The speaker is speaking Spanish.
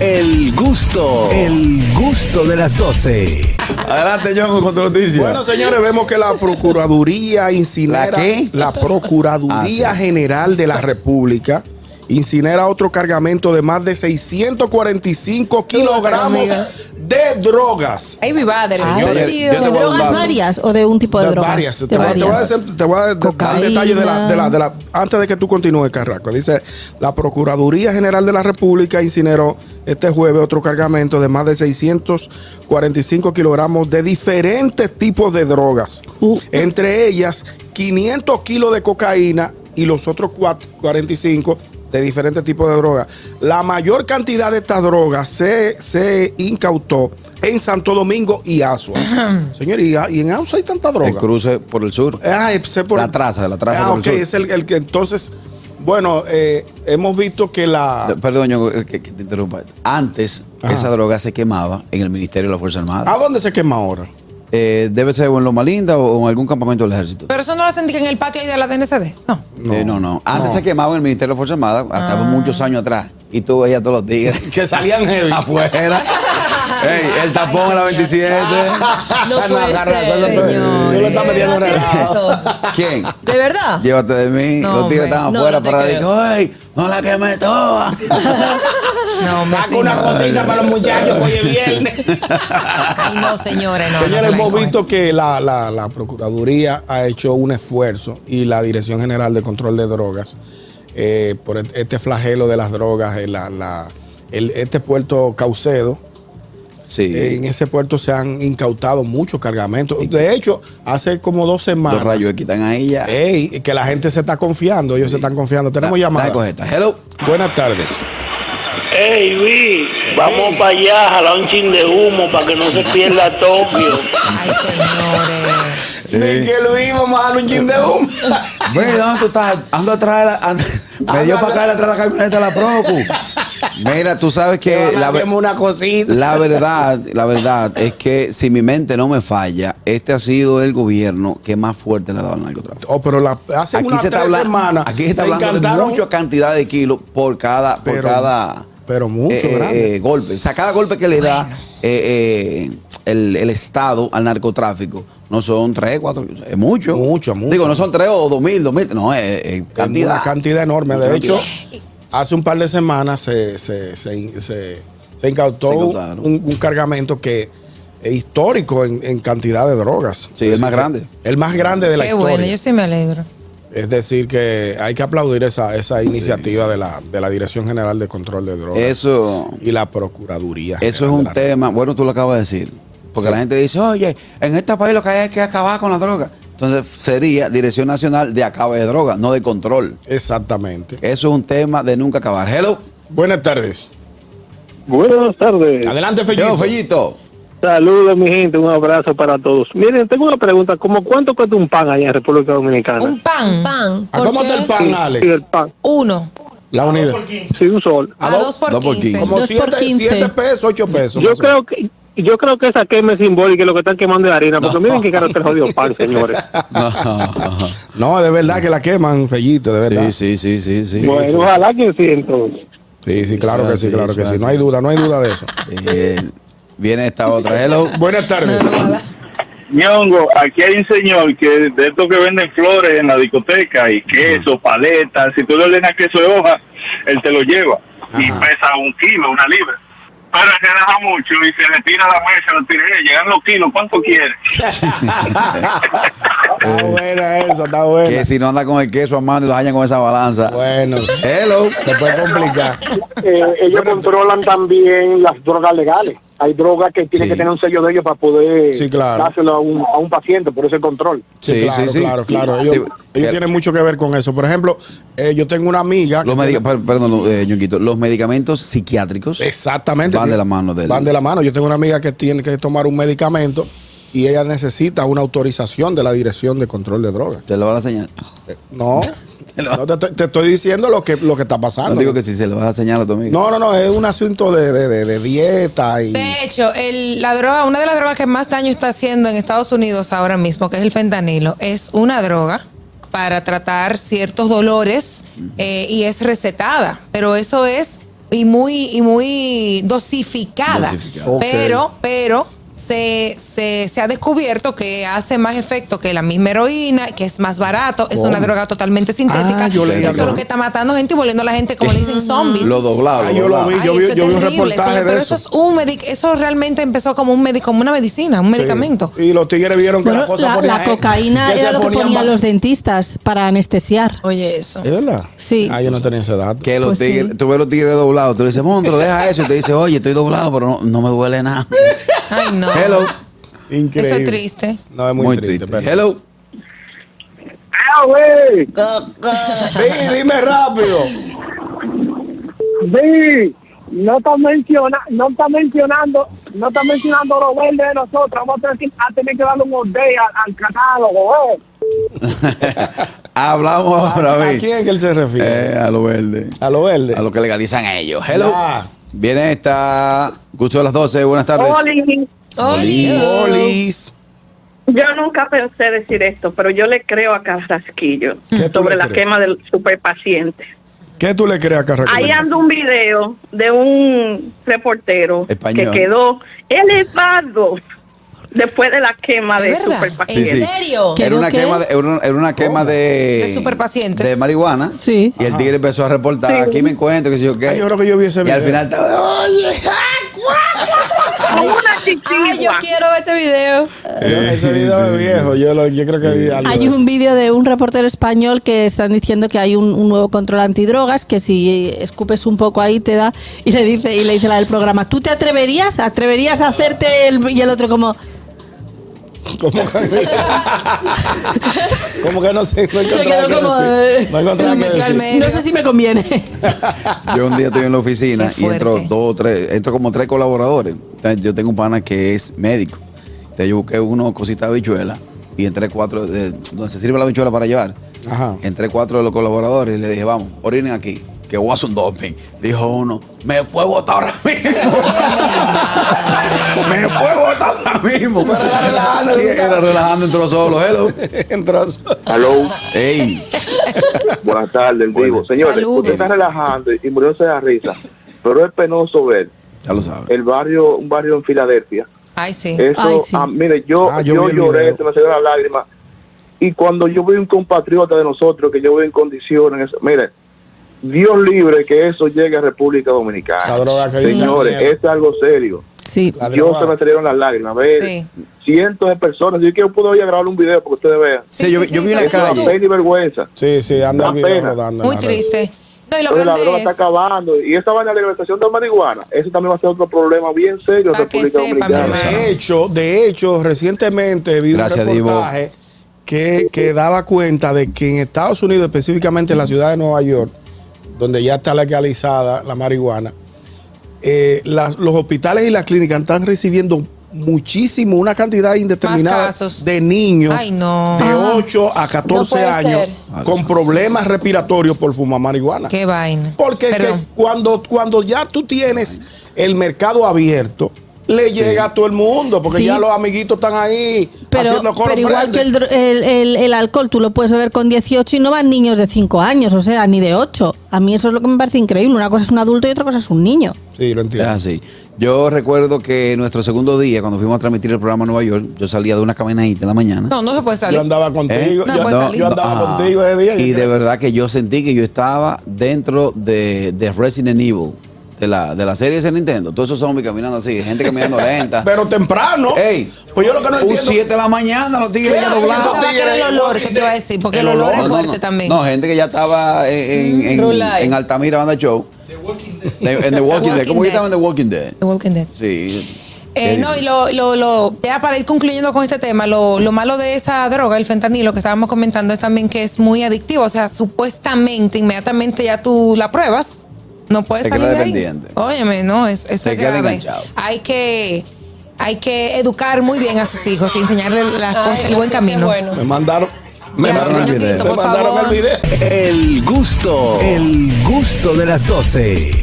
El gusto, el gusto de las 12. Adelante, John, con tu noticia. Bueno, señores, vemos que la Procuraduría incinera. ¿La qué? La Procuraduría Ah, sí. General de la República incinera otro cargamento de más de 645 kilogramos amiga. de drogas. Ay, mi madre. Ah, yo- Ay, yo te Dios. voy a dar un ¿Drogas dato. varias o de un tipo de, De droga? varias. De Te voy- te voy a varias. decir- te voy a de- dar Cocaína. detalles de la, de la- de la- Antes de que tú continúes, Carrasco. Dice: La Procuraduría General de la República incineró este jueves otro cargamento de más de 645 kilogramos de diferentes tipos de drogas. Uh. Entre ellas, 500 kilos de cocaína y los otros cuat- 45 de diferentes tipos de drogas. La mayor cantidad de estas drogas se, se incautó en Santo Domingo y Asua. Señor, ¿y, a- y en Asua hay tanta droga? El cruce por el sur. Ah, sé por- La traza, la traza Ah, por el ok, sur. es el, el que entonces, bueno, eh, hemos visto que la... Eh, Perdón, yo eh, que, que te interrumpa. Antes, Ajá. Ah. esa droga se quemaba en el Ministerio de la Fuerza ¿A Armada. dónde se quema ahora? Eh, debe ser o en Loma Linda o en algún campamento del ejército. Pero eso no lo sentí que en el patio ahí de la DNCD. No. No, no, no. Antes se quemaba en el Ministerio de la Fuerza Armada, hasta muchos años atrás. Y tú veías todos los tigres Que salían heavy. Ah, afuera. Ey, el tapón a la 27. No puede agarra ser, la cosa, tú- señor. tú le estás ¿De metiendo verdad relajo. hacen eso? ¿Quién? ¿De verdad? Llévate de mí. No, los tigres hombre. estaban No, afuera no te para decir, creo. ¡ay! ¡No la quemé toda! No, hombre, sí, no. cosita para los muchachos hoy es viernes. Ay, no, señores, no. Señores, no, no, hemos no, visto no. que la, la- la Procuraduría ha hecho un esfuerzo y la Dirección General de Control de Drogas eh, por et- este flagelo de las drogas, eh, la- la- el- este puerto Caucedo. Sí. Eh, en ese puerto se han incautado muchos cargamentos. De hecho, hace como dos semanas. los rayos que quitan ahí ya. Ey, que la gente se está confiando, ellos se están confiando. Eh, Tenemos Da- llamada. dale con esta. Hello. Buenas tardes. Hey Luis, vamos para allá, jalar un chin de humo para que no se pierda Tokio. Ay, señores. Ni que Luis, vamos a darle un chin de humo. Mira, ¿dónde tú estás? Ando atrás de la. and- me dio para acá atrás de la camioneta de la Procu. Mira, tú sabes que la, ve- una cosita. la verdad, la verdad es que si mi mente no me falla, este ha sido el gobierno que más fuerte le ha dado al narcotráfico. Oh, pero la, hace Aquí unas se, está tres hablando- semanas. aquí se está se hablando de encantaron. mucha cantidad de kilos por cada, por Pero- cada pero mucho, eh, grande. eh, golpe. O sea, cada golpe que le da eh, eh, el, el Estado al narcotráfico no son tres, cuatro, es mucho. Mucho, mucho. Digo, no son tres o dos mil, dos mil, no, es, es cantidad. cantidad. Una cantidad enorme. De Mucha hecho, cantidad. hace un par de semanas se, se, se, se- se incautó Se un, incautaron. un cargamento que es histórico en, en cantidad de drogas. Sí, el más grande. El más grande de la Qué historia. bueno, yo sí me alegro. Es decir, que hay que aplaudir esa, esa iniciativa de, la, de la Dirección General de Control de Drogas Eso, y la Procuraduría. eso es General de un la- tema, bueno, tú lo acabas de decir. Porque Sí. la gente dice, oye, en este país lo que hay es que acabar con la droga. Entonces sería Dirección Nacional de Acabe de Droga, no de control. Exactamente. Eso es un tema de nunca acabar. Hello. Buenas tardes. Buenas tardes. Adelante, Yo, Fellito. Fellito. Saludos, mi gente, un abrazo para todos. Miren, tengo una pregunta, ¿cómo cuánto cuesta un pan allá en República Dominicana? Un pan. Pan. ¿A cómo está el pan, Sí, Alex? Ah, el pan. Uno. La unidad. Sí, un sol. A, dos- dos por dos por quince. quince. Como Dos por 7 quince. pesos, 8 pesos. Yo más o menos. creo que yo creo que esa quema es simbólica y lo que están quemando es harina, porque miren qué caro está el jodido pan, señores. No, de verdad que la queman, Fellito, de verdad. sí, sí, sí, sí. bueno, ojalá que sí entonces. Sí, sí, claro que sí, Sí, claro sí, que sí. sí. No hay duda, no hay duda de eso. Eh, viene esta otra. Hello. Buenas tardes. Ñongo, aquí hay un señor que de estos que venden flores en la discoteca y queso, paletas, si tú le ordenas queso de hoja, él te lo lleva y Ajá. pesa un kilo, una libra. Pero se deja mucho y se le tira a la mesa, lo tira, "Eh, llegan los kilos, ¿cuánto quieres? está buena eso, está Que buena. si no anda con el queso amando y los hallan con esa balanza. Bueno, Hello. se puede complicar. Eh, ellos controlan también las drogas legales. Hay drogas que tienen Sí. que tener un sello de ellos para poder Sí, claro. dárselo a un, a un paciente, por eso el control. Sí, Sí, claro, sí, sí. claro, claro. Ellos, Sí, ellos que- tienen mucho que ver con eso. Por ejemplo, eh, yo tengo una amiga. Los que medica- tiene- per- perdón, eh, Ñonguito, los medicamentos psiquiátricos. Exactamente. Van de la mano del- Van de la mano. Yo tengo una amiga que tiene que tomar un medicamento y ella necesita una autorización de la Dirección de Control de Drogas. Te lo van a señalar. No, no te, estoy- te estoy diciendo lo que, lo que está pasando. No digo que si se lo van a señalar a tu amigo. No, no, no, es un asunto de, de- de- de dieta y... De hecho, el- la droga, una de las drogas que más daño está haciendo en Estados Unidos ahora mismo, que es el fentanilo, es una droga para tratar ciertos dolores eh, y es recetada, pero eso es y muy, y muy dosificada. Dosificada. Ok. Pero, pero se, se, se ha descubierto que hace más efecto que la misma heroína, que es más barato, es una droga totalmente sintética. Oh. Ah, yo leí Eso es algo. lo que está matando gente y volviendo a la gente, como le dicen, zombies. Lo doblado. Ah, yo lo vi, Ay, yo vi, eso es yo vi un terrible, reportaje señor, de pero eso. es un medic, eso realmente empezó como un médico, como una medicina, un medicamento. Y los tigres vieron que la Bueno, cosa la, ponía- E, la cocaína que se era lo que ponían ponían ba- los dentistas para anestesiar. Oye, eso. ¿Es verdad? Sí. Ah, yo no tenía esa edad. Que los Pues sí. tigres, tú ves los tigres doblados, tú le dices, monstruo, deja eso. Y te dice, oye, estoy doblado, pero no, no me duele nada. Ay, no. Hello. Increíble. Eso es triste. No, es muy, triste. pero- Hello. ¡Ah, güey! Sí, dime rápido. Sí, no está menciona, no está mencionando, no está mencionando los verdes de nosotros. Vamos a tener que, a tener que darle un update al, al catálogo, eh. Hablamos ahora, ¿A ¿ves? quién que él se refiere? Eh, a lo verde. a lo verde. A lo que legalizan ellos. Hello. Ya. Viene esta. Gusto de las 12. Buenas tardes. Oli, Oye, eso. Olis. yo nunca pensé decir esto, pero yo le creo a Carrasquillo ¿Qué tú sobre le la crees? quema del superpaciente. ¿Qué tú le crees a Carrasco? Ahí anda un video de un reportero Español. que quedó elevado después de la quema ¿Es del verdad? superpaciente. Sí, sí. serio? ¿Qué? Era una, ¿Qué? quema de, era una, era una quema de. De superpacientes. De marihuana. Sí. Y el tigre empezó a reportar. Aquí me encuentro, que sé yo qué. Ay, yo creo que yo vi Y ese al video. final estaba. Oye. Como una chichigua. Ay, yo quiero ese video. Yo- ese video es viejo. Yo, lo- yo creo que vi algo. Hay de un vídeo de un reportero español que están diciendo que hay un, un nuevo control antidrogas que si escupes un poco ahí te da y le dice y le dice la del programa, ¿tú te atreverías? ¿Atreverías a hacerte el y el otro como eso. Como que, como que no sé. No se encontraba quedó qué como decir. No eh, encontraba Lo qué metió al decir. medio. no sé si me conviene. Yo un día estoy en la oficina Qué y entro fuerte. dos o tres, entro como tres colaboradores. Entonces, yo tengo un pana que es médico. Entonces yo busqué uno cosita de bichuela y entré cuatro, de, donde se sirve la bichuela para llevar. Ajá. Entré cuatro de los colaboradores y le dije, vamos, orinen aquí, que voy a hacer un doping. Dijo uno, me puedo votar ahora mismo. me puedo votar ahora mismo. Pero era relajando, y era relajando, entró solo, hello. Entró. Aló, Ey, buenas tardes, el Buenas. vivo. Señores, Saludos. usted está relajando y muriéndose de la risa, pero es penoso ver ya lo sabes. el barrio, un barrio en Filadelfia. Ay, sí. Eso, Ay, sí. ah, mire, yo, Ah, yo yo, vi el lloré, video. se me salió la lágrima. Y cuando yo veo un compatriota de nosotros que yo veo en condiciones, eso- mire, Dios libre que eso llegue a República Esa Dominicana. droga que dice Señores, mierda. es algo serio. Sí. La Yo droga. se me salieron las lágrimas. Ver, Sí. cientos de personas. Yo quiero puedo ir a grabar un video para que ustedes vean. Sí, yo, vi- yo vi sí, una sobre Es una todo. calle. pena y vergüenza. Sí, sí, anda Da el video pena. rodando. en Muy la red. triste. No, y lo Pero la droga grande está es. acabando. Y esta vaina de legalización de marihuana, eso también va a ser otro problema bien serio en Pa' que República sepa, mi Dominicana. hermano. De hecho, de hecho, recientemente vi Gracias, un Divo. reportaje que, que daba cuenta de que en Estados Unidos, específicamente en la ciudad de Nueva York, donde ya está legalizada la marihuana, eh, las- los hospitales y las clínicas están recibiendo muchísimo, una cantidad indeterminada casos. de niños Ay, no. de Ah. 8 a 14 puede años ser. con problemas respiratorios por fumar marihuana. Qué vaina. Porque es que Perdón. cuando, cuando ya tú tienes el mercado abierto, le llega a todo el mundo, porque Sí. ya los amiguitos están ahí Pero, haciendo coro. pero igual que el, prende. dro- el, el- el alcohol, tú lo puedes beber con 18 y no van niños de 5 años, o sea, ni de 8. A mí eso es lo que me parece increíble. Una cosa es un adulto y otra cosa es un niño. Sí, lo Es entiendo. así. Yo recuerdo que nuestro segundo día, cuando fuimos a transmitir el programa en Nueva York, yo salía de una caminadita en la mañana. ¿Eh? No, no se puede salir. Yo andaba Eh, contigo, No, yo, pues, andaba- salí. yo andaba ah, contigo ese día. Y yo de creo. verdad que yo sentí que yo estaba dentro de, de Resident Evil, de la, de la serie de Nintendo. Todos esos zombies caminando así, gente caminando lenta. Pero temprano. Ey, pues yo lo que no un entiendo. 7 de la mañana, los tigres ¿Qué ya hacen doblados. esos Pensaba que era el olor que te iba a decir, porque el olor es No, no, fuerte no. también. Mm, No, gente que ya estaba en, en, en, Rulay. en Altamira Banda Show. De- En The Walking Dead. Walking ¿Cómo que Dead. estaban en The Walking Dead? The Walking Dead. Sí. Eh, Qué no, y difícil. lo, lo, lo- ya para ir concluyendo con este tema, lo, lo malo de esa droga, el fentanilo, que estábamos comentando, es también que es muy adictivo. O sea, supuestamente, inmediatamente ya tú la pruebas, no puedes Te salir quedas de ahí. dependiente. Óyeme, no, es- eso Te es quedas grave. enganchado. Hay que, hay que educar muy bien a sus hijos y enseñarles las cosas, el buen camino. Me mandaron. Me Ya, mandaron, Toñito, me por mandaron favor. el video. El gusto, el gusto de las 12.